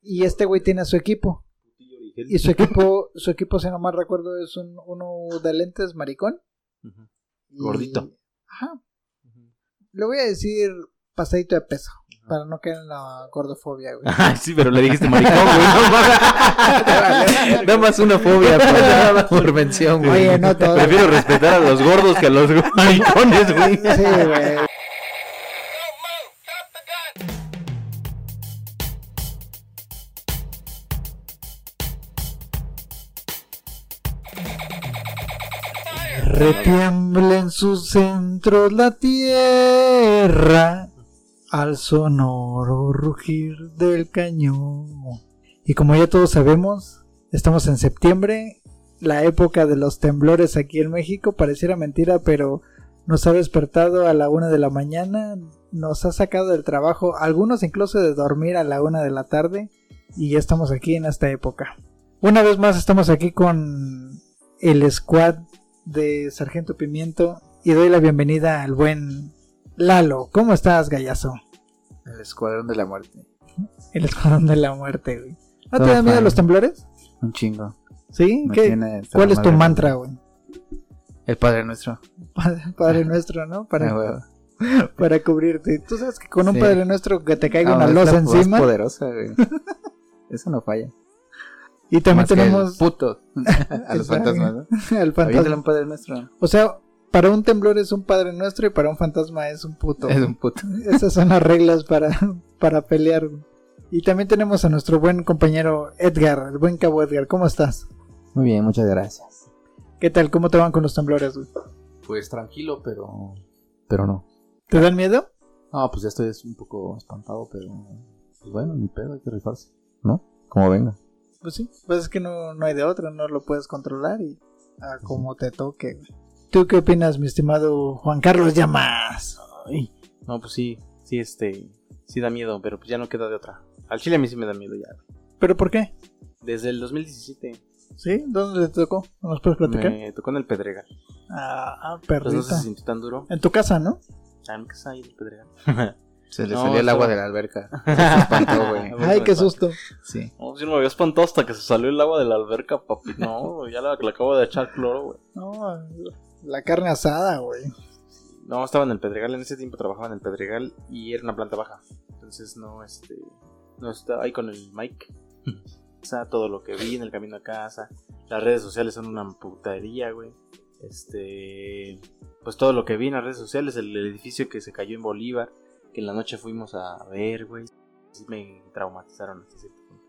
Y este güey tiene a su equipo. Y su equipo, su equipo, si no mal recuerdo, es un, uno de lentes maricón. Ujú. Y- Gordito. Ajá. Le voy a decir pasadito de peso. Para no caer en la gordofobia, güey. Ay, sí, pero le dijiste maricón, güey. No mames. Nada más una fobia por, por mención, güey. Oye, no todo. Prefiero respetar a los gordos que a los maricones, güey. Sí, güey. Retiembla en sus centros la tierra al sonoro rugir del cañón. Y como ya todos sabemos, estamos en septiembre, la época de los temblores aquí en México. Pareciera mentira, pero nos ha despertado a la una de la mañana, nos ha sacado del trabajo, algunos incluso de dormir a la una de la tarde, y ya estamos aquí en esta época. Una vez más estamos aquí con el squad de Sargento Pimiento y doy la bienvenida al buen Lalo. ¿Cómo estás, gallazo? El escuadrón de la muerte. El escuadrón de la muerte, güey. ¿No te Todo da miedo fine. los temblores? Un chingo. ¿Sí? Me ¿Qué- tiene hasta ¿Cuál la es tu madre. mantra, güey? El Padre Nuestro. Padre, Padre nuestro, ¿no? Ah, Para, huevo. para cubrirte. Tú sabes que con un Sí. Padre nuestro que te caiga Ah, una es losa la voz encima. poderosa, güey. Eso no falla. Y también Más que el tenemos puto. a los Está bien. fantasmas, al ¿no? Aviéntale fantasma. un Padre Nuestro. O sea, para un temblor es un padre nuestro y para un fantasma es un puto. Es un puto. Esas son las reglas para, para pelear. Y también tenemos a nuestro buen compañero Edgar, el buen cabo Edgar. ¿Cómo estás? Muy bien, muchas gracias. ¿Qué tal? ¿Cómo te van con los temblores? güey? Pues tranquilo, pero... Pero no. ¿Te dan miedo? No, pues ya estoy es un poco espantado, pero... Pues bueno, ni pedo, hay que rifarse. ¿No? Como venga. Pues sí, pues es que no, no hay de otra, no lo puedes controlar y a como te toque. güey. ¿Tú qué opinas, mi estimado Juan Carlos Llamas? No, pues sí, sí, este, sí da miedo, pero pues ya no queda de otra. Al chile a mí sí me da miedo ya. ¿Pero por qué? Desde el 2017 ¿Sí? ¿Dónde te tocó? ¿Nos puedes platicar? me tocó en el Pedregal. Ah, Pues perrita. no se sintió tan duro. En tu casa, ¿no? Ah, en casa ahí en el Pedregal. Se le No, salió el agua eso- de la alberca. Se espantó, güey. Ah, bueno, Ay, qué susto. exacto. Sí. No, pues yo no me había espantado hasta que se salió el agua de la alberca, papi. No, ya la, le acabo de echar cloro, güey. No, la carne asada, güey. No, estaba en el Pedregal, en ese tiempo trabajaba en el Pedregal y era una planta baja. Entonces no, este, no estaba ahí con el mic. O sea, todo lo que vi en el camino a casa. Las redes sociales son una putería, güey. Este, pues todo lo que vi en las redes sociales, el, el edificio que se cayó en Bolívar, que en la noche fuimos a ver, güey. Sí me traumatizaron hasta cierto punto.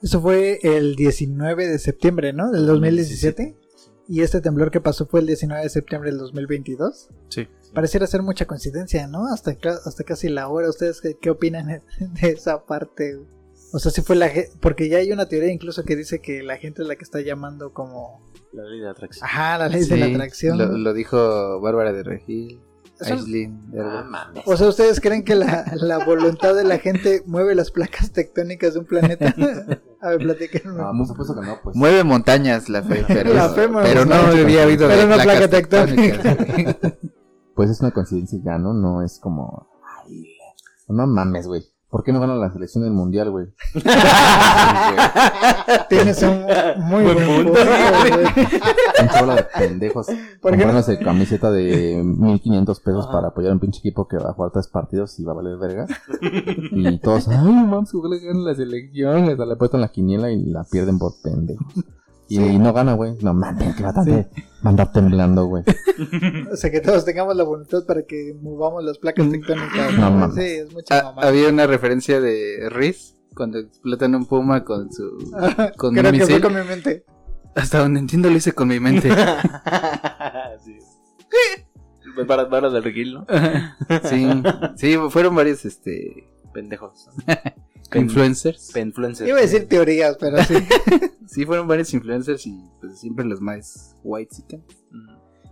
Eso fue el 19 de septiembre, ¿no? Del 2017. Sí. Y este temblor que pasó fue el 19 de septiembre del 2022. Sí. Pareciera ser mucha coincidencia, ¿no? Hasta, ca- hasta casi la hora. ¿Ustedes qué, qué opinan de esa parte? güey? O sea, si fue la gente... Porque ya hay una teoría incluso que dice que la gente es la que está llamando como... La ley de Ah, atracción. Ajá, la ley de la Sí, atracción. Lo, güey. lo dijo Bárbara de Regil. Eso- Ah, Aislinn Ah, Derwood. mames. O sea, ¿ustedes creen que la, la voluntad de la gente mueve las placas tectónicas de un planeta? A ver, platíquenme. No, por supuesto que no, pues. Mueve montañas la fe, pero, La fe mueve pero no montañas. había habido Pero de una placa placas tectónica. tectónicas, güey. Pues es una coincidencia ya, ¿no? No es como... ay, no mames, güey. ¿Por qué no ganan la selección del mundial, güey? Tienes un muy buen, Buen punto. punto. güey. Un solo de pendejos ¿Por qué no? comprándose camiseta de 1500 pesos Ajá. para apoyar a un pinche equipo que va a jugar tres partidos y va a valer verga. Y todos, ay, no mames, ojalá ganen la selección. Les da la puesta en la quiniela y la pierden por pendejo. Y, y no gana, güey. No mames, que va a tener- mandar temblando, güey. O sea, que todos tengamos la voluntad para que movamos las placas tectónicas. No güey. mames. sí, es mucha Ah, mamada. había una referencia de Riz cuando explotan un puma con su con Creo un que fue misil. con mi mente. Hasta donde entiendo lo hice con mi mente. sí. Para, para del regil, ¿no? sí, sí, fueron varios este Pendejos. influencers. Penfluencers. Iba a decir teorías, pero sí. Sí, fueron varios influencers y pues, siempre los más white Mm,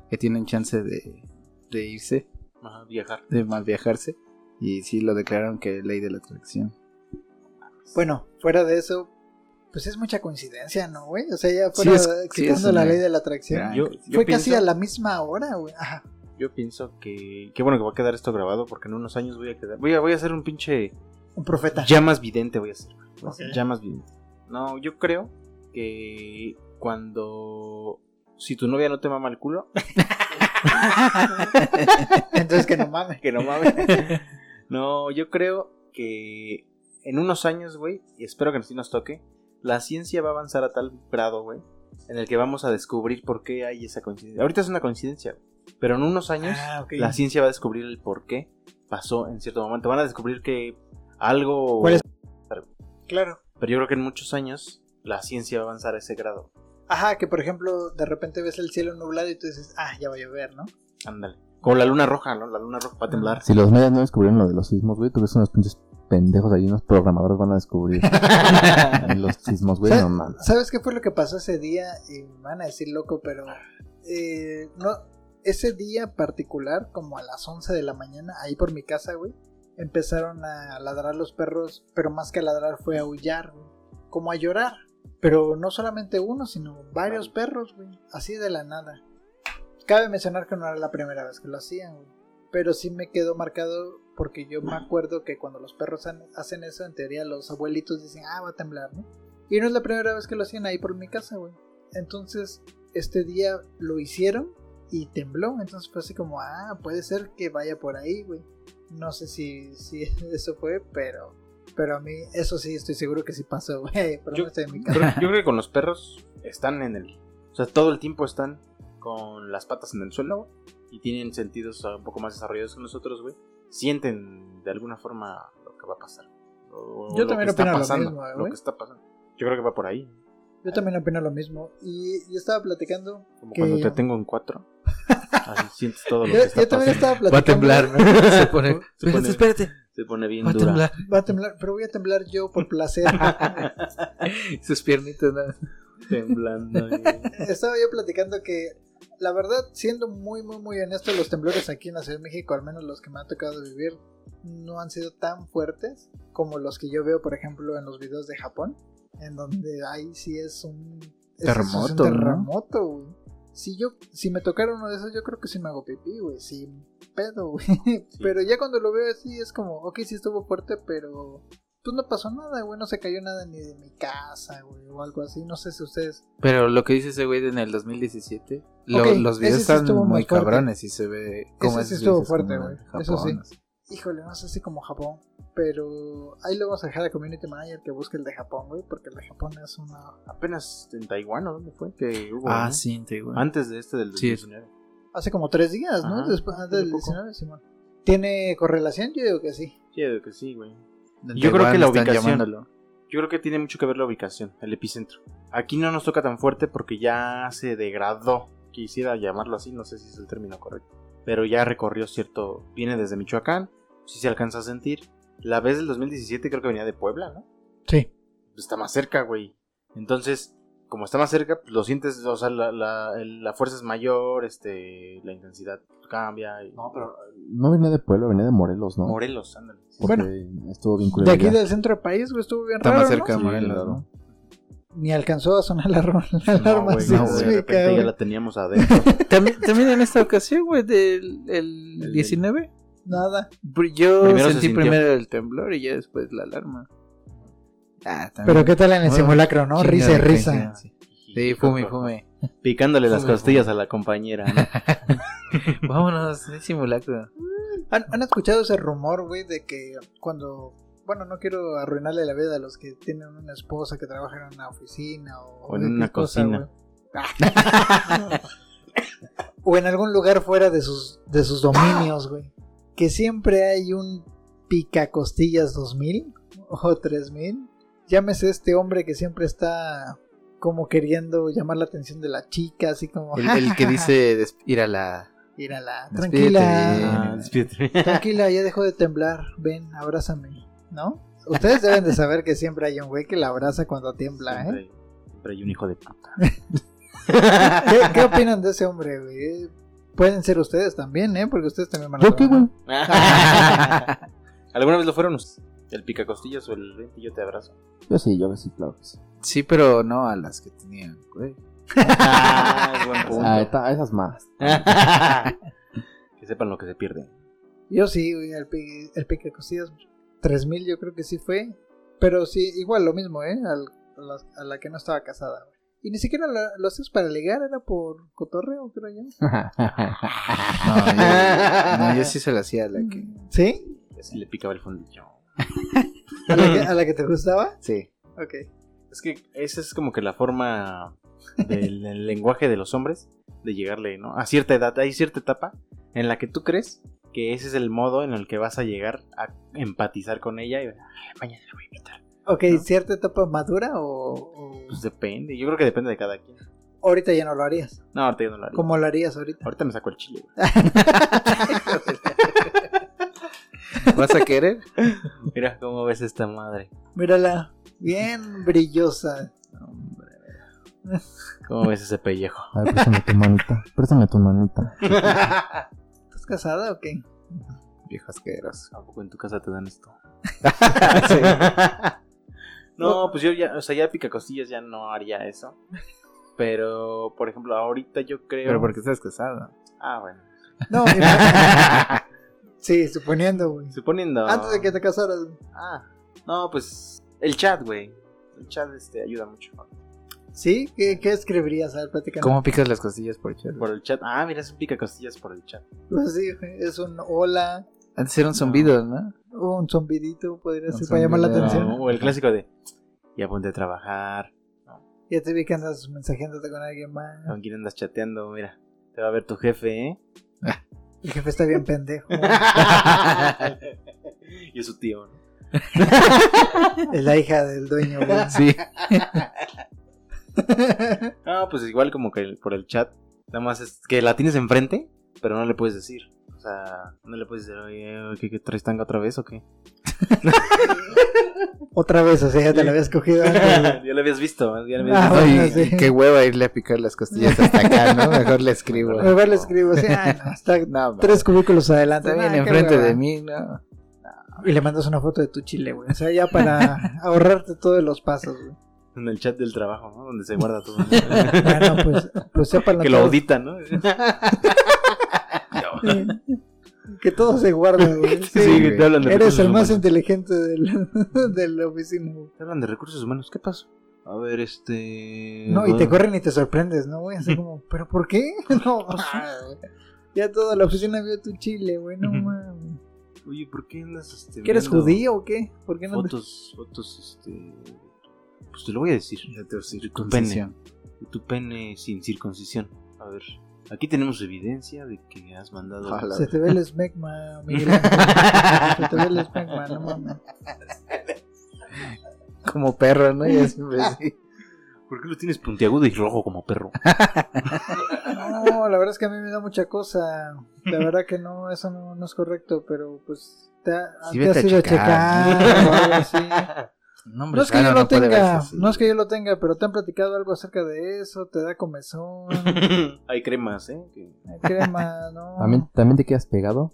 que tienen chance de, de irse, Ajá, viajar. de mal viajarse. Y sí lo declararon que ley de la atracción. Bueno, fuera de eso, pues es mucha coincidencia, ¿no, güey? O sea, ya Sí, fuera es- sí, quitando es la una- ley de la atracción. Gran- Yo, yo ah, fue pienso, casi a la misma hora, güey. Ajá. yo pienso que qué bueno que va a quedar esto grabado porque en unos años voy a quedar voy a voy a hacer un pinche Un profeta. Llamas vidente voy a hacer. güey. Ok. Llamas vidente. No, yo creo que cuando... Si tu novia no te mama el culo, Entonces que no mames. que no mames. No, yo creo que en unos años, güey, y espero que así nos toque, la ciencia va a avanzar a tal grado, güey, en el que vamos a descubrir por qué hay esa coincidencia. Ahorita es una coincidencia, güey, pero en unos años Ah, ok. la ciencia va a descubrir el por qué pasó en cierto momento. Van a descubrir que algo... ¿Cuál es? Claro. Pero yo creo que en muchos años la ciencia va a avanzar a ese grado. Ajá, que por ejemplo, de repente ves el cielo nublado y tú dices, ah, ya va a llover, ¿no? Ándale. Como la luna roja, ¿no? La luna roja va a temblar. Si los medios no descubrieron lo de los sismos, güey, tú ves unos pinches pendejos ahí, unos programadores van a descubrir Ahí los sismos, güey, no mames. ¿Sabes qué fue lo que pasó ese día? Y me van a decir loco, pero. eh, no, ese día particular, como a las 11 de la mañana, ahí por mi casa, güey, empezaron a ladrar los perros, pero más que a ladrar fue a aullar, güey, como a llorar. Pero no solamente uno, sino varios perros, güey, así de la nada. Cabe mencionar que no era la primera vez que lo hacían, güey. Pero sí me quedó marcado porque yo me acuerdo que cuando los perros han- hacen eso, en teoría los abuelitos dicen, ah, va a temblar, ¿no? Y no es la primera vez que lo hacían ahí por mi casa, güey. Entonces, este día lo hicieron y tembló. Entonces fue así como, ah, puede ser que vaya por ahí, güey. No sé si, si eso fue, pero... Pero a mí, eso sí, estoy seguro que sí pasó, güey. Pero Yo- no estoy en mi casa. Pero yo creo que con los perros están en el. O sea, todo el tiempo están con las patas en el suelo, güey, Y tienen sentidos ah, un poco más desarrollados que nosotros, güey. Sienten de alguna forma lo que va a pasar. o Yo también que está opino lo pasando, mismo, Lo güey. que está pasando. Yo creo que va por ahí. Yo también opino lo mismo. Y yo estaba platicando. Como que- cuando te tengo en cuatro. Así sientes todo lo Yo, que está yo también pasando. estaba platicando. Va a temblar, ¿no? Se pone. Se pone- Espérate, Se pone bien va a dura. temblar. Va a temblar, pero voy a temblar yo por placer. Sus piernitas, ¿no? Temblando. eh. güey. estaba yo platicando que, la verdad, siendo muy, muy, muy honesto, los temblores aquí en la Ciudad de México, al menos los que me ha tocado vivir, no han sido tan fuertes como los que yo veo, por ejemplo, en los videos de Japón, en donde ahí sí es un es- Terremoto, es un ¿no? terremoto, güey. Si yo, si me tocara uno de esos, yo creo que sí me hago pipí, güey, sin pedo, güey. Pero ya cuando lo veo así es como, ok, sí estuvo fuerte, pero pues no pasó nada, güey, no se cayó nada ni de mi casa, güey, o algo así. No sé si ustedes Pero lo que dice ese güey en el 2017, lo- Ok, los videos ese sí están estuvo muy muy fuerte. cabrones y se ve como Ese sí estuvo fuerte, güey, eso sí. Híjole, no sé si como Japón, pero ahí le vamos a dejar a Community Manager que busque el de Japón, güey, porque el de Japón es una... Apenas en Taiwán, ¿o dónde fue? Que hubo. Ah, ¿no? sí, te digo. Antes de este del Sí. 2019. Hace como tres días, ¿no? Ajá, Después antes hace del poco. 19, Simón. ¿Tiene correlación? Yo digo que sí. Sí, yo creo que sí, güey. Yo creo que la ubicación. Yo creo que tiene mucho que ver la ubicación, el epicentro. Aquí no nos toca tan fuerte porque ya se degradó. Quisiera llamarlo así, no sé si es el término correcto. Pero ya recorrió cierto. Viene desde Michoacán, si se alcanza a sentir. La vez del 2017 creo que venía de Puebla, ¿no? Sí. Está más cerca, güey. Entonces, como está más cerca, pues, lo sientes, o sea, la, la- el- la fuerza es mayor, este, la intensidad cambia. y- No, pero no venía de Pueblo, venía de Morelos, ¿no? Morelos, ándale. Porque estuvo bien de culero. aquí ya. del centro del país, güey, estuvo bien Está raro, más ¿no? cerca de Sí, Morelos, claro. ¿no? Ni alcanzó a sonar la, ro- la No, alarma güey, no, güey, de sísmica, repente ya güey. la teníamos adentro. También, también en esta ocasión, güey, del el El- 19. Nada. Yo Primero se sentí sintió. primero el temblor y ya después la alarma. Ah, también. Pero ¿qué tal en el Bueno, simulacro, no? chinga Risa y de risa. coincidencia. Sí, fume, fume. Picándole las Fume, costillas a la compañera. ¿no? Vámonos, es simulacro. ¿Han, han escuchado ese rumor, güey, de que cuando... Bueno, no quiero arruinarle la vida a los que tienen una esposa que trabaja en una oficina o, O en X una cocina. güey. Ah. o en algún lugar fuera de sus, de sus dominios, güey. Que siempre hay un picacostillas 2000 o 3000. Llámese este hombre que siempre está como queriendo llamar la atención de la chica, así como... El, el que dice des- ir a la. Mírala, Despídete tranquila. bien. Ah, despídete. Tranquila, ya dejó de temblar. Ven, abrázame. ¿No? Ustedes deben de saber que siempre hay un güey que la abraza cuando tiembla, Siempre ¿eh? hay- siempre hay un hijo de puta. ¿Qué, qué opinan de ese hombre, güey? Pueden ser ustedes también, ¿eh? Porque ustedes también van a ¿Yo qué, güey? temblar. ¿Alguna vez lo fueron? ustedes? ¿El picacostillas o el vente yo te abrazo? Yo sí, yo sí, claro que sí. Sí, pero no a las que tenían, güey. Ah, es buen punto. Ah, está- esas más. que sepan lo que se pierde. Yo sí, güey, el, pi- el pique costillas. 3000 yo creo que sí fue. Pero sí, igual lo mismo, ¿eh? Al- a, las- a la que no estaba casada. güey. Y ni siquiera la- lo hacías para ligar, era por cotorreo, creo yo. No, yo, no, yo sí se la hacía a la que. ¿Sí? Así le picaba el fundillo. ¿A la que, a la que te gustaba? Sí. Ok. Es que esa es como que la forma del, del lenguaje de los hombres de llegarle, ¿no? A cierta edad, hay cierta etapa en la que tú crees que ese es el modo en el que vas a llegar a empatizar con ella y "Ay, mañana la voy a invitar. Ok, ¿cierta etapa madura o, o Pues depende, yo creo que depende de cada quien. ahorita ya no lo harías? No, ahorita yo no lo haría. ¿Cómo lo harías ahorita? Ahorita me saco el chile. güey. ¿Vas a querer? Mira cómo ves esta madre. Mírala, bien brillosa. ¿Cómo ves ese pellejo? A ver, préstame tu manita. Préstame tu manita. ¿Estás casada o qué? Viejo asqueroso. ¿A poco en tu casa te dan esto? no, pues yo ya, o sea, ya pica costillas ya no haría eso. Pero, por ejemplo, ahorita yo creo. Pero porque estás casado. Ah, bueno. No, mira. sí, suponiendo, güey. Suponiendo. Antes de que te casaras. güey. Ah, no, pues. El chat, güey. El chat este, ayuda mucho. ¿Sí? ¿Qué, qué escribirías? A ver, platícanos. ¿Cómo picas las costillas por chat? Por el chat. Ah, mira, es un pica costillas por el chat. Pues sí, güey, es un hola, Antes era un zumbido, ¿no? un zombidito, podría Un ser, para llamar la zombideo. atención. No, o el clásico de. Ya ponte a trabajar. Ya te vi que andas mensajeándote con alguien más. Con quién andas chateando, mira. Te va a ver tu jefe, ¿eh? El jefe está bien pendejo. y es su tío, ¿no? es la hija del dueño, güey. Sí. No, pues igual como que el- por el chat. Nada más es que la tienes enfrente, pero no le puedes decir. O sea, no le puedes decir, oye, ¿qué, qué traes tanga otra vez o qué? Otra vez, o sea, ya te la habías cogido antes. güey. ya lo habías visto, ya lo Ah, habías visto. Ay, bueno, sí. Qué hueva irle a picar las costillas hasta acá, ¿no? Mejor le escribo. Mejor le escribo así, ah, no, está No, tres cubículos adelante. Ah, está bien qué enfrente hueva. de mí, ¿no? Y le mandas una foto de tu chile, güey. O sea, ya para ahorrarte todos los pasos, güey. En el chat del trabajo, ¿no? Donde se guarda todo. Bueno, pues, pues sepan que lo auditan, ¿no? Que todo se guarda, güey. Sí, Sí, que te hablan de Eres recursos el más em- humanos. inteligente del- de la oficina, güey. Te hablan de recursos humanos, ¿qué pasó? A ver, este... No, y te bueno, corren y te sorprendes, ¿no, güey? Así como, ¿pero por qué? No, mames. ya toda la oficina vio tu chile, güey, no Ujú. mames. Oye, ¿por qué andas este, ¿Que eres viendo judío o qué? ¿Por qué no te... Fotos, fotos, este... Pues te lo voy a decir. De tu tu pene. de tu pene sin circuncisión. A ver, aquí tenemos evidencia de que has mandado. Ojalá. Se te ve el smegma, Miguel Ángel. Se te ve el smegma, no mames. Como perro, ¿no? Ya siempre sí. ¿Por qué lo tienes puntiagudo y rojo como perro? No, la verdad es que a mí me da mucha cosa. La verdad que no, eso no, no es correcto, pero pues te, ha- Sí, te vete has a ido a checar. Ah, checar o algo así. No, No es que yo claro, lo puede tenga, verse así. no es que yo lo tenga, pero te han platicado algo acerca de eso, te da comezón, Hay cremas, ¿eh? Que- crema, no. ¿También, ¿También te quedas pegado?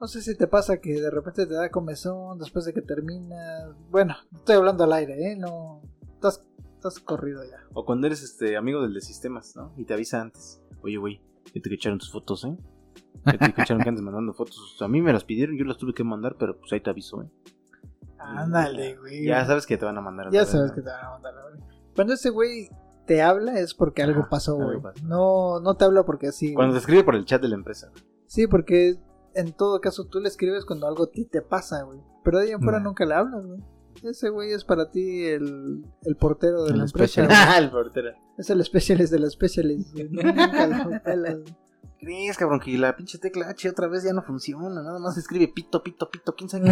No sé si te pasa que de repente te da comezón después de que terminas. Bueno, estoy hablando al aire, ¿eh? No. Estás, estás corrido ya. O cuando eres este amigo del de sistemas, ¿no? Y te avisa antes. Oye, güey, ya te cacharon tus fotos, ¿eh? Ya te cacharon que andas mandando fotos. A mí me las pidieron, yo las tuve que mandar, pero pues ahí te aviso, ¿eh? Ándale, güey. Ya sabes que te van a mandar. a Ya la sabes verga. que te van a mandar la verga. Cuando ese güey te habla es porque algo Ajá, pasó, algo güey. pasó. No, no te habla porque así. Cuando te escribe por el chat de la empresa. Sí, porque en todo caso tú le escribes cuando algo a ti te pasa, güey. Pero de ahí en fuera Nah. nunca le hablas, güey. Ese güey es para ti el, el portero de El la empresa. specialist. güey. el portero. Es el specialist de la specialist. güey. Nunca lo pelas, güey. ¿Crees, cabrón, que la pinche tecla H otra vez ya no funciona? Nada más escribe pito, pito, pito, quién sabe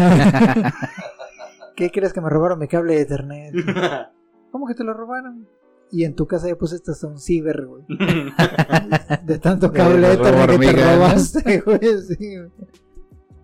¿Qué crees que me robaron mi cable de internet? qué? ¿Cómo que te lo robaron? Y en tu casa ya pusiste hasta un ciber, güey. De tanto cable de los internet que te hormigas, ¿no? robaste, güey. sí, güey.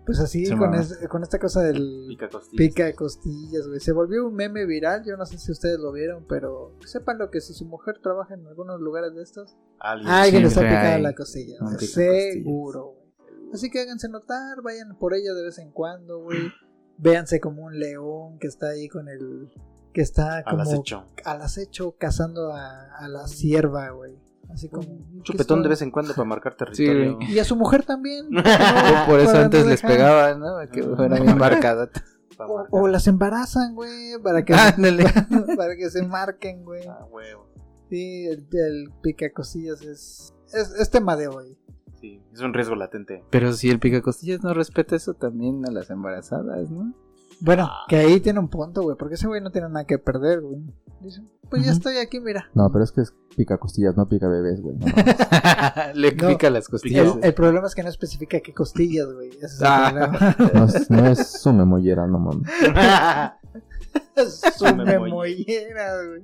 Pues así, Se con, mamó. es- con esta cosa del Pica costillas. pica de costillas, güey. Se volvió un meme viral, yo no sé si ustedes lo vieron, pero sepan lo que si su mujer trabaja en algunos lugares de estos, Alguien. Ah, alguien les ha siempre picado hay la costilla, un güey, pica seguro, güey. Así que háganse notar, vayan por ella de vez en cuando, güey. Véanse como un león que está ahí con el... que está Al como acecho. al acecho cazando a, a la sierva, güey. Así como. Un chupetón de vez en cuando para marcar territorio. Y a su mujer también. ¿no? Por eso Para no Ah. antes les dejar- pegaban, ¿no? Que fuera bien marcada. para O, marcar. o las embarazan, güey, para que, Ándale. para que se marquen, güey. Ah, huevo. Sí, el, el picacosillas es, es, es tema de hoy. Sí, es un riesgo latente. Pero si el picacostillas no respeta eso también a las embarazadas, ¿no? Bueno, Ah. que ahí tiene un punto, güey, porque ese güey no tiene nada que perder, güey. Dice, pues ya Ujú. estoy aquí, mira. No, pero es que es pica costillas, no pica bebés, güey. no Le No. pica las costillas. El, el problema es que no especifica qué costillas, güey. Ese es el Ah. problema. mames. No es, no es su memollera, no mames. Su Su memollera, güey.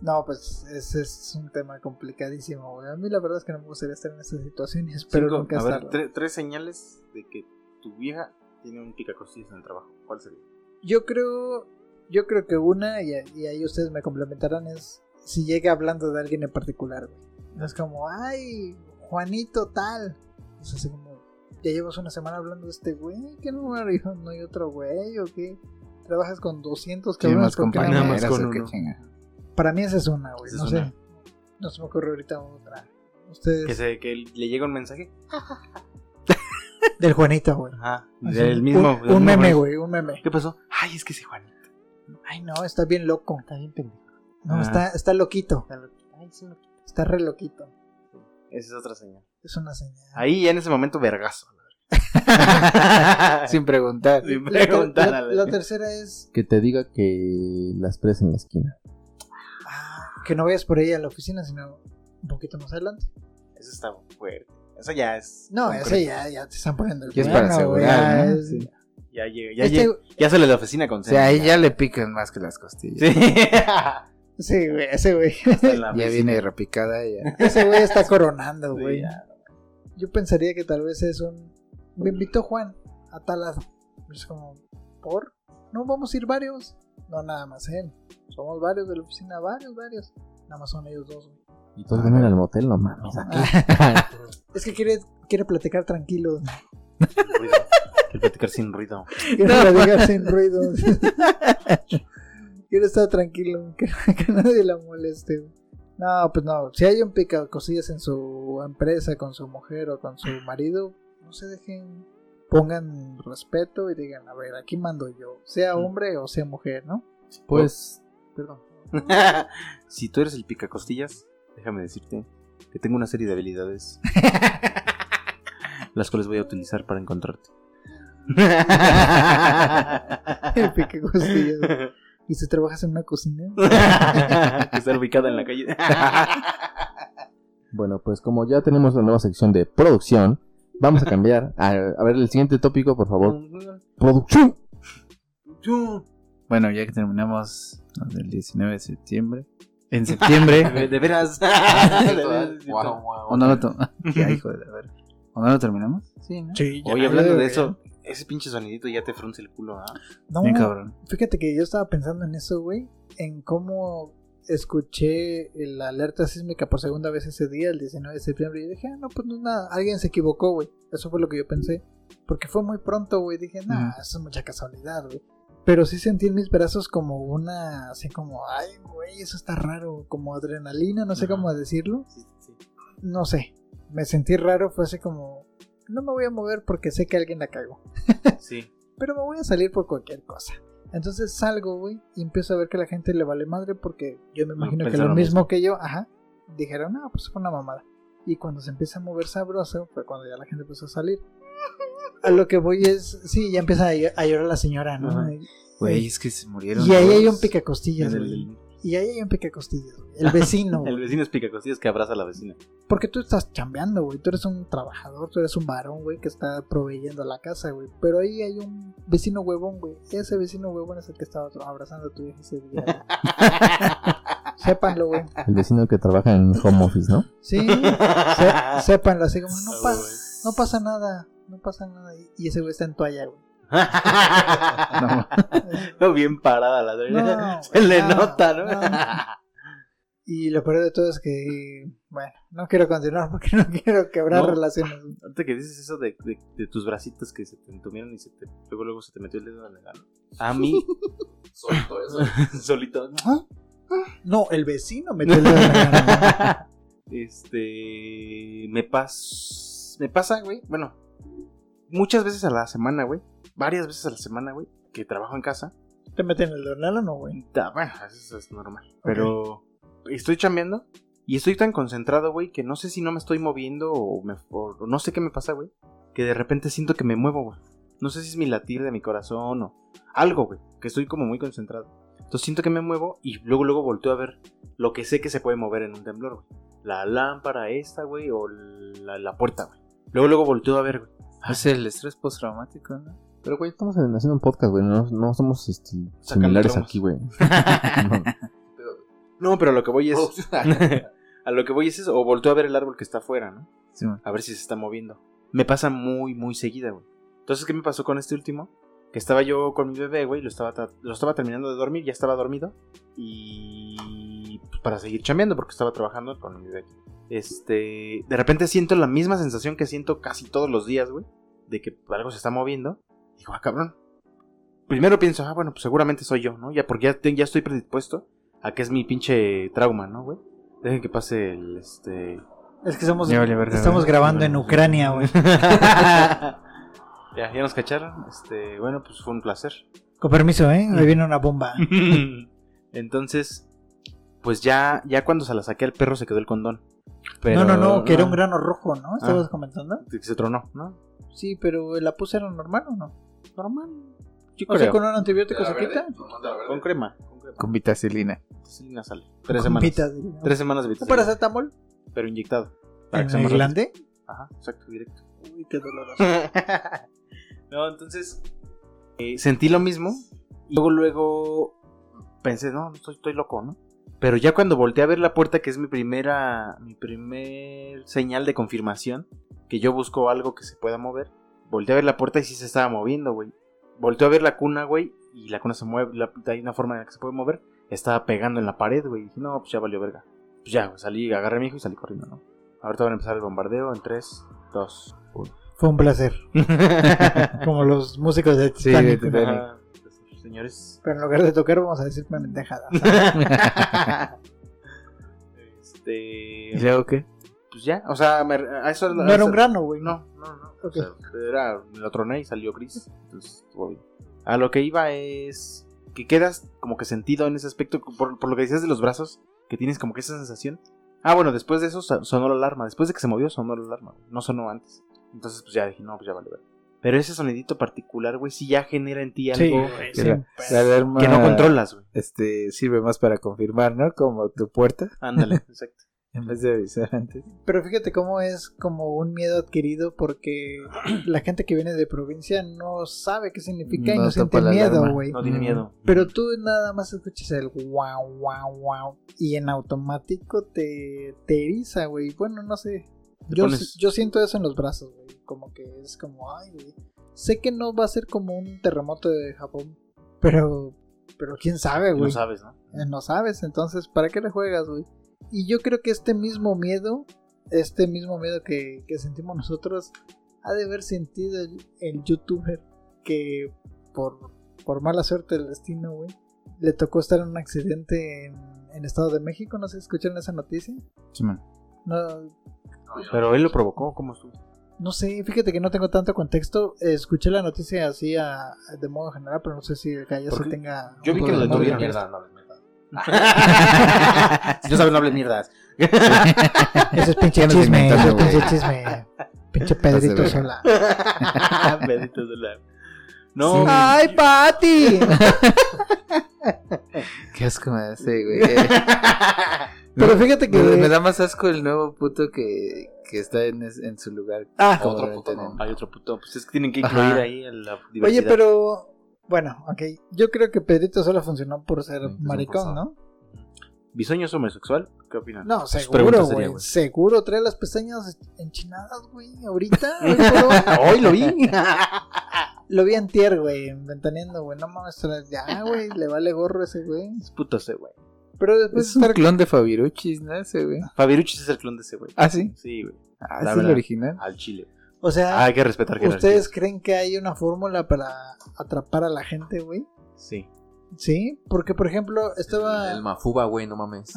No, pues ese es un tema complicadísimo, güey. A mí la verdad es que no me gustaría estar en esas situaciones, pero Cinco. nunca A ver, estarlo. tre- tres señales de que tu vieja tiene un picacostillas en el trabajo. ¿Cuál sería? Yo creo, yo creo que una, y, y ahí ustedes me complementarán, es si llega hablando de alguien en particular, güey. No es como, ay, Juanito tal. Es así como, ya llevas una semana hablando de este güey, que no, hay- no hay otro güey, o qué. Trabajas con 200 Tiene cabrones más ¿por qué no compañeras, me- más con con uno. Para mí esa es una, güey, Esa no es sé. una. No se me ocurre ahorita otra. Ustedes, Que, se, que le llega un mensaje. del Juanito, güey. Ajá. Así, Del mismo. Un, del un mismo meme, Juanito. güey, un meme. ¿Qué pasó? Ay, es que ese Juanito. Ay, no, está bien loco. Está bien pendejo. No, Ah. está, está loquito. Está loco. Ay, es un loquito. Está re loquito. Esa es otra señal. Es una señal. Ahí ya en ese momento, vergazo. Sin preguntar. Sin La, ter- preguntar la- a la- la tercera es Que te diga que las tres en la esquina. ah, que no vayas por ahí a la oficina, sino un poquito más adelante. Eso está fuerte. Eso ya es. No, concreto. ese ya, ya te están poniendo el Y es para cuerno, güey, asegurar, ya ¿no? es- Sí. Ya, llega- ya, Este- llega- ya sale de la oficina con O sea, señas. ahí ya le pican más que las costillas. Sí. Sí, güey, ese güey. Hasta en la Ya oficina. viene repicada ya. Ese güey está coronando, Sí, güey. ya. Yo pensaría que tal vez es un. Me invitó Juan a tal lado. Es como, ¿por? No, vamos a ir varios. No, nada más él. Somos varios de la oficina, varios, varios. Nada más son ellos dos, güey. Y todos vienen pues, al motel, no mames. Es que quiere, quiere platicar tranquilo. Sin ruido. Quiero platicar sin ruido. Que no la digas sin ruido. Quiero estar tranquilo, que, que nadie la moleste. güey. No, pues no. Si hay un pica cosillas en su empresa, con su mujer o con su marido, no se dejen. Pongan respeto y digan, a ver, aquí mando yo. Sea hombre o sea mujer, ¿no? Pues, Perdón. si tú eres el picacostillas, déjame decirte que tengo una serie de habilidades. las cuales voy a utilizar para encontrarte. El pica cosillas. ¿Y si trabajas en una cocina? Estar ubicada en la calle. bueno, pues como ya tenemos la nueva sección de producción, vamos a cambiar. A, a ver, el siguiente tópico, por favor. Producción. Bueno, ya que terminamos los del 19 de septiembre. En septiembre. De de veras. De veras. ¿O no lo tomamos? hijo de la verga. ¿O no lo terminamos? Sí, ¿no? Sí, Oye, hablando de eso, ese pinche sonidito ya te frunce el culo, ¿ah? No, Bien cabrón. Fíjate que yo estaba pensando en eso, güey, en cómo escuché la alerta sísmica por segunda vez ese día, el 19 de septiembre, y dije, ah, no, pues no es nada, alguien se equivocó, güey. Eso fue lo que yo pensé. Porque fue muy pronto, güey, dije, no, Ujú. eso es mucha casualidad, güey. Pero sí sentí en mis brazos como una, así como, ay, güey, eso está raro, como adrenalina, no sé Ajá. cómo decirlo, Sí, sí. no sé. Me sentí raro, fue así como, no me voy a mover porque sé que alguien la cagó Sí. pero me voy a salir por cualquier cosa. Entonces salgo, güey, y empiezo a ver que a la gente le vale madre porque yo me imagino que lo pensaron mismo, que yo, ajá, dijeron, no, pues fue una mamada. Y cuando se empieza a mover sabroso, fue cuando ya la gente empezó a salir. A lo que voy es, sí, ya empieza a, llo- a llorar la señora, ¿no? Ajá. Güey, es que se murieron. Y ahí todos. hay un picacostillas, En el- güey. Y ahí hay un picacostillas, güey. El vecino, El güey. vecino es picacostillas que abraza a la vecina. Porque tú estás chambeando, güey. Tú eres un trabajador, tú eres un varón, güey, que está proveyendo la casa, güey. Pero ahí hay un vecino huevón, güey. Ese vecino huevón es el que estaba abrazando a tu vieja ese día. güey. Sépanlo, güey. El vecino que trabaja en home office, ¿no? Sí, sé- sépanlo. Así como, no, Ah, pa- güey. no pasa nada, no pasa nada. Y- Y ese güey está en toalla, güey. Ah, No, No, bien parada la doña. No, Se le no, nota, ¿no? no. Y lo peor de todo es que, bueno, no quiero continuar porque no quiero quebrar No. relaciones. Ahorita que dices eso de, de- de tus bracitos que se te entumieron y se te, luego, luego se te metió el dedo en el ano. A mí. Solito eso. Solito. No, el vecino me el dedo en la cara, güey. Este. Me pas Me pasa, güey. Bueno, muchas veces a la semana, güey. Varias veces a la semana, güey. Que trabajo en casa. ¿Te meten el donal o no, güey? Ta- Bueno, eso es normal. Pero estoy chambeando y estoy tan concentrado, güey, que no sé si no me estoy moviendo o, me- o no sé qué me pasa, güey. Que de repente siento que me muevo, güey. No sé si es mi latir de mi corazón o algo, güey. Que estoy como muy concentrado. Entonces siento que me muevo y luego, luego volteo a ver lo que sé que se puede mover en un temblor, güey. La lámpara esta, güey, o la, la puerta, güey. Luego, luego volteo a ver, güey. Ah. Es el estrés postraumático, ¿no? Pero, güey, estamos en- haciendo un podcast, güey. No, no somos este, Sacando similares traumas. aquí, güey. No, pero a lo que voy Oh. No. es... a lo que voy es eso. O volteo a ver el árbol que está afuera, ¿no? Sí, man. a ver si se está moviendo. Me pasa muy, muy seguida, güey. Entonces, ¿qué me pasó con este último? Que estaba yo con mi bebé, güey, lo estaba, tra- lo estaba terminando de dormir, ya estaba dormido. Y pues, para seguir chambeando, porque estaba trabajando con mi bebé aquí. Este, de repente siento la misma sensación que siento casi todos los días, güey, de que algo se está moviendo. Digo, ah, cabrón. Primero pienso, ah, bueno, pues seguramente soy yo, ¿no? Ya porque ya, te- ya estoy predispuesto a que es mi pinche trauma, ¿no, güey? Dejen que pase el, este, Es que somos, Ya vale verga, estamos güey. grabando en Ucrania, güey. ya, ya nos cacharon. Este, bueno, pues fue un placer. Con permiso, ¿eh? Ahí viene una bomba. Entonces, pues ya, ya cuando se la saqué al perro se quedó el condón. Pero- no, no, no, que era un grano rojo, ¿no? ¿Estabas Ah. comentando? que Se tronó, ¿no? Sí, pero ¿eh, la puse era normal o no? Normal. Yo O sea, creo. con un antibiótico se quita. eh, Con crema. Con crema. Con vitacilina. Vaselina sale. Tres Con semanas. pitas, digo. Tres semanas de ¿Un vitacilina, paracetamol? pero inyectado. Para que ¿En sea el más rápido. glande? Ajá, exacto, directo. Uy, qué doloroso. no, entonces eh, sentí lo mismo. y Luego, luego pensé, no, estoy, estoy loco, ¿no? Pero ya cuando volteé a ver la puerta, que es mi primera, mi primer señal de confirmación, que yo busco algo que se pueda mover, volteé a ver la puerta y sí se estaba moviendo, güey. Volteé a ver la cuna, güey, y la cuna se mueve, la- hay una forma en la que se puede mover, estaba pegando en la pared, güey. Y dije, no, pues ya valió verga. Pues ya, güey, salí, agarré a mi hijo y salí corriendo, ¿no? Ahorita van a empezar el bombardeo en 3, 2, 1. Fue un placer. Como los músicos de Sí, de Titanic. Titanic. Ajá, pues, señores. Pero en lugar de tocar, vamos a decir pendejadas. ¿Y este. luego qué? Pues ya, o sea, me- a eso No era un gran. grano, güey. No, no, no. Ok. O sea, era, me lo troné y salió gris. Entonces, estuvo bien. A lo que iba es que quedas como que sentido en ese aspecto, por, por lo que decías de los brazos, que tienes como que esa sensación. Ah, bueno, después de eso so- sonó la alarma. Después de que se movió, sonó la alarma. güey. No sonó antes. Entonces, pues ya dije, no, pues ya vale, vale. Pero ese sonidito particular, güey, sí ya genera en ti algo Sí, güey, que sí. era- La alarma, que no controlas, güey. Este, sirve más para confirmar, ¿no? Como tu puerta, Ándale, exacto. en vez de avisar antes. Pero fíjate cómo es como un miedo adquirido porque la gente que viene de provincia no sabe qué significa y No no siente topa la miedo, alarma. güey. No tiene Mm. miedo. Pero tú nada más escuchas el wow, wow, wow. Y en automático te, te eriza, güey. Bueno, no sé. Yo, pones- yo siento eso en los brazos, güey. Como que es como, ay, güey. Sé que no va a ser como un terremoto de Japón. Pero, pero quién sabe, No güey. sabes, ¿no? Eh, No sabes, entonces, ¿para qué le juegas, güey? Y yo creo que este mismo miedo, este mismo miedo que, que sentimos nosotros, ha de haber sentido el, el youtuber que por, por mala suerte del destino, güey, le tocó estar en un accidente en, en Estado de México, no sé, ¿escucharon esa noticia? No, Pero él lo provocó, ¿cómo estuvo? no sé, fíjate que no tengo tanto contexto, eh, escuché la noticia así a- de modo general, pero no sé si el gallo se Porque tenga... Yo vi que lo un- detuvieron. Mierda, Si no sabes, no hables mierdas. Ese es pinche Ya nos chisme, ese es inventamos, pinche chisme. Pinche Pedrito Estás de Sola. Bendito de la- No, ¡Ay, Pati! Qué asco me hace, güey. Pero fíjate que. Me, me da más asco el nuevo puto que, que está en, es- en su lugar. Ah, Como otro ahorita puto. en el- no. Hay otro puto. Pues es que tienen que Ajá. incluir ahí a la oye, diversidad. pero. Bueno, ok. Yo creo que Pedrito Sola funcionó por ser Sí, maricón, ¿no? ¿Bisoño es homosexual? ¿Qué opinan? No, pregunta seguro, sería, güey. güey. Seguro trae las pestañas enchinadas, güey. Ahorita. hoy por hoy. Hoy lo vi. Lo vi antier, güey. Ventaneando, güey. No mames, trae- ya, güey. Le vale gorro ese, güey. Es puto ese, güey. Pero después Es un estar- clon de Fabiruchis, ¿no? Ese, güey. Fabiruchis es el clon de ese, güey. ¿Ah, sí? Sí, güey. Ah, Ah, La ese es el verdad. original. Al chile. O sea, Ah, hay que respetar jerarquías. ¿ustedes creen que hay una fórmula para atrapar a la gente, güey? Sí. Sí, porque por ejemplo estaba, El Mafuba, güey, no mames.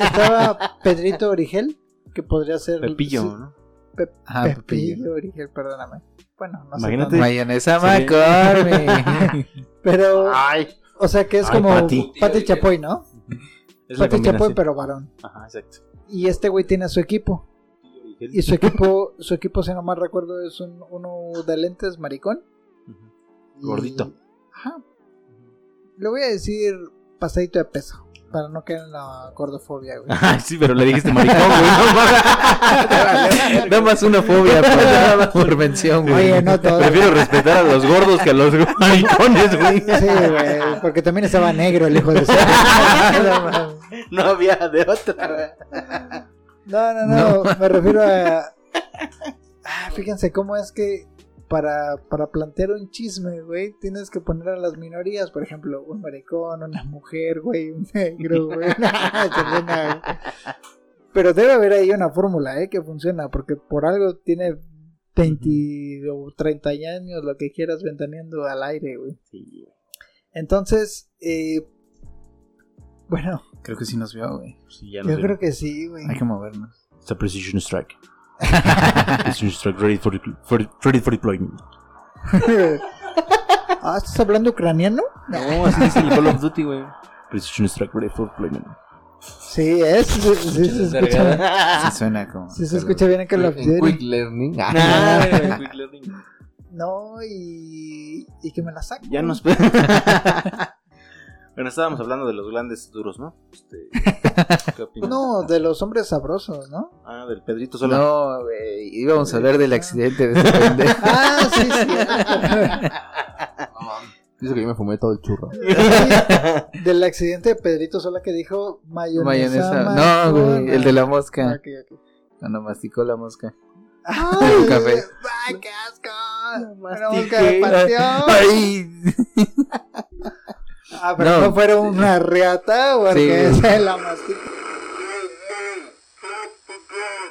estaba Pedrito Origel, que podría ser... Pepillo, sí, ¿no? Ah, Pepillo Origel, perdóname. Bueno, no sé. Imagínate. tanto. Mayonesa Sí. McCormick. Pero, Ay, o sea que es Ay, como Pati. Pati Chapoy, ¿no? es la Pati Chapoy, combinación. pero varón. Ajá, exacto. Y este güey tiene a su equipo. Y su equipo, su equipo, si no mal recuerdo, es un, uno de lentes maricón. Ujú. Y- Gordito. Ajá. Le voy a decir pasadito de peso. Para no caer en la gordofobia, güey. Ay, sí, pero le dijiste maricón, güey. No mames. Nada más una fobia pues, nada más por mención, güey. Oye, no todo. Prefiero respetar a los gordos que a los maricones, güey. Sí, güey. Porque también estaba negro el hijo de su. no, No había de otra. no, no, Me refiero a. Ah, fíjense cómo es que. Para, para plantear un chisme, güey, tienes que poner a las minorías, por ejemplo, un maricón, una mujer, güey, un negro, güey. Ah, Chilena, güey. Pero debe haber ahí una fórmula, ¿eh? Que funciona, porque por algo tiene 20 o 30 años, lo que quieras, ventaneando al aire, güey. Entonces, eh, bueno, Creo que sí nos vio, güey. Sí, ya no yo sé. creo que sí, güey. Hay que movernos. It's a precision strike. precision strike ready for, for, ready for deployment. ah, ¿estás hablando ucraniano? No, así dice el Call of Duty, güey. Precision strike ready for deployment. Sí, es, sí, sí, sí se escucha bien. Ah. Sí suena como. Sí se escucha bien en Call of En Quick Duty. Learning. Ah, Ah, güey, quick learning. No, y, y que me la saquen. ya nos. bueno, estábamos hablando de los grandes duros, ¿no? Este, ¿Qué opinas? No, de los hombres sabrosos, ¿no? Ah, del Pedrito solo. No, güey. Íbamos a hablar del accidente de ese pendejo. Ah, sí, sí. Dice que yo me fumé todo el churro. Del accidente de Pedrito Sola que dijo mayonesa. Mayonesa. No, güey. maricona. El de la Ah, mosca. ok, ok. Cuando masticó la mosca. Ay, Un café. ay, qué asco. Una mastiqué. mosca de panteón. Ay. Ah, pero no, No. fuera una reata porque Sí. se la mastica.